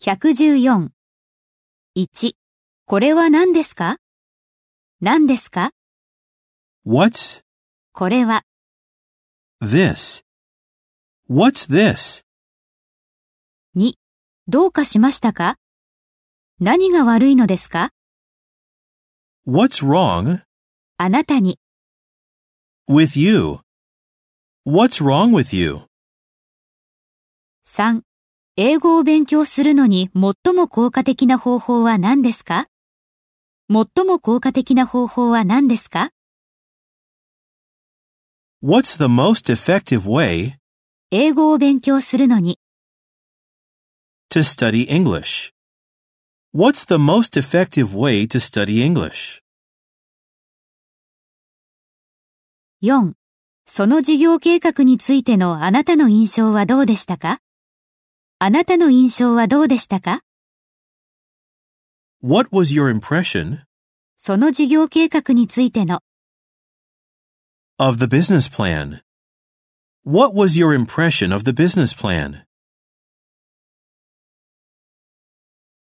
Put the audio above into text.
114。1. これは何ですか何ですか What's これは this? What's this? 2. どうかしましたか何が悪いのですか What's wrong あなたに with you? What's wrong with you? 3. 英語を勉強するのに最も効果的な方法は何ですか最も効果的な方法は何ですか What's the most effective way 英語を勉強するのに to study English? What's the most effective way to study English? 4. その事業計画についてのあなたの印象はどうでしたかあなたの印象はどうでしたか What was your impression その事業計画についての of the business plan? What was your impression of the business plan?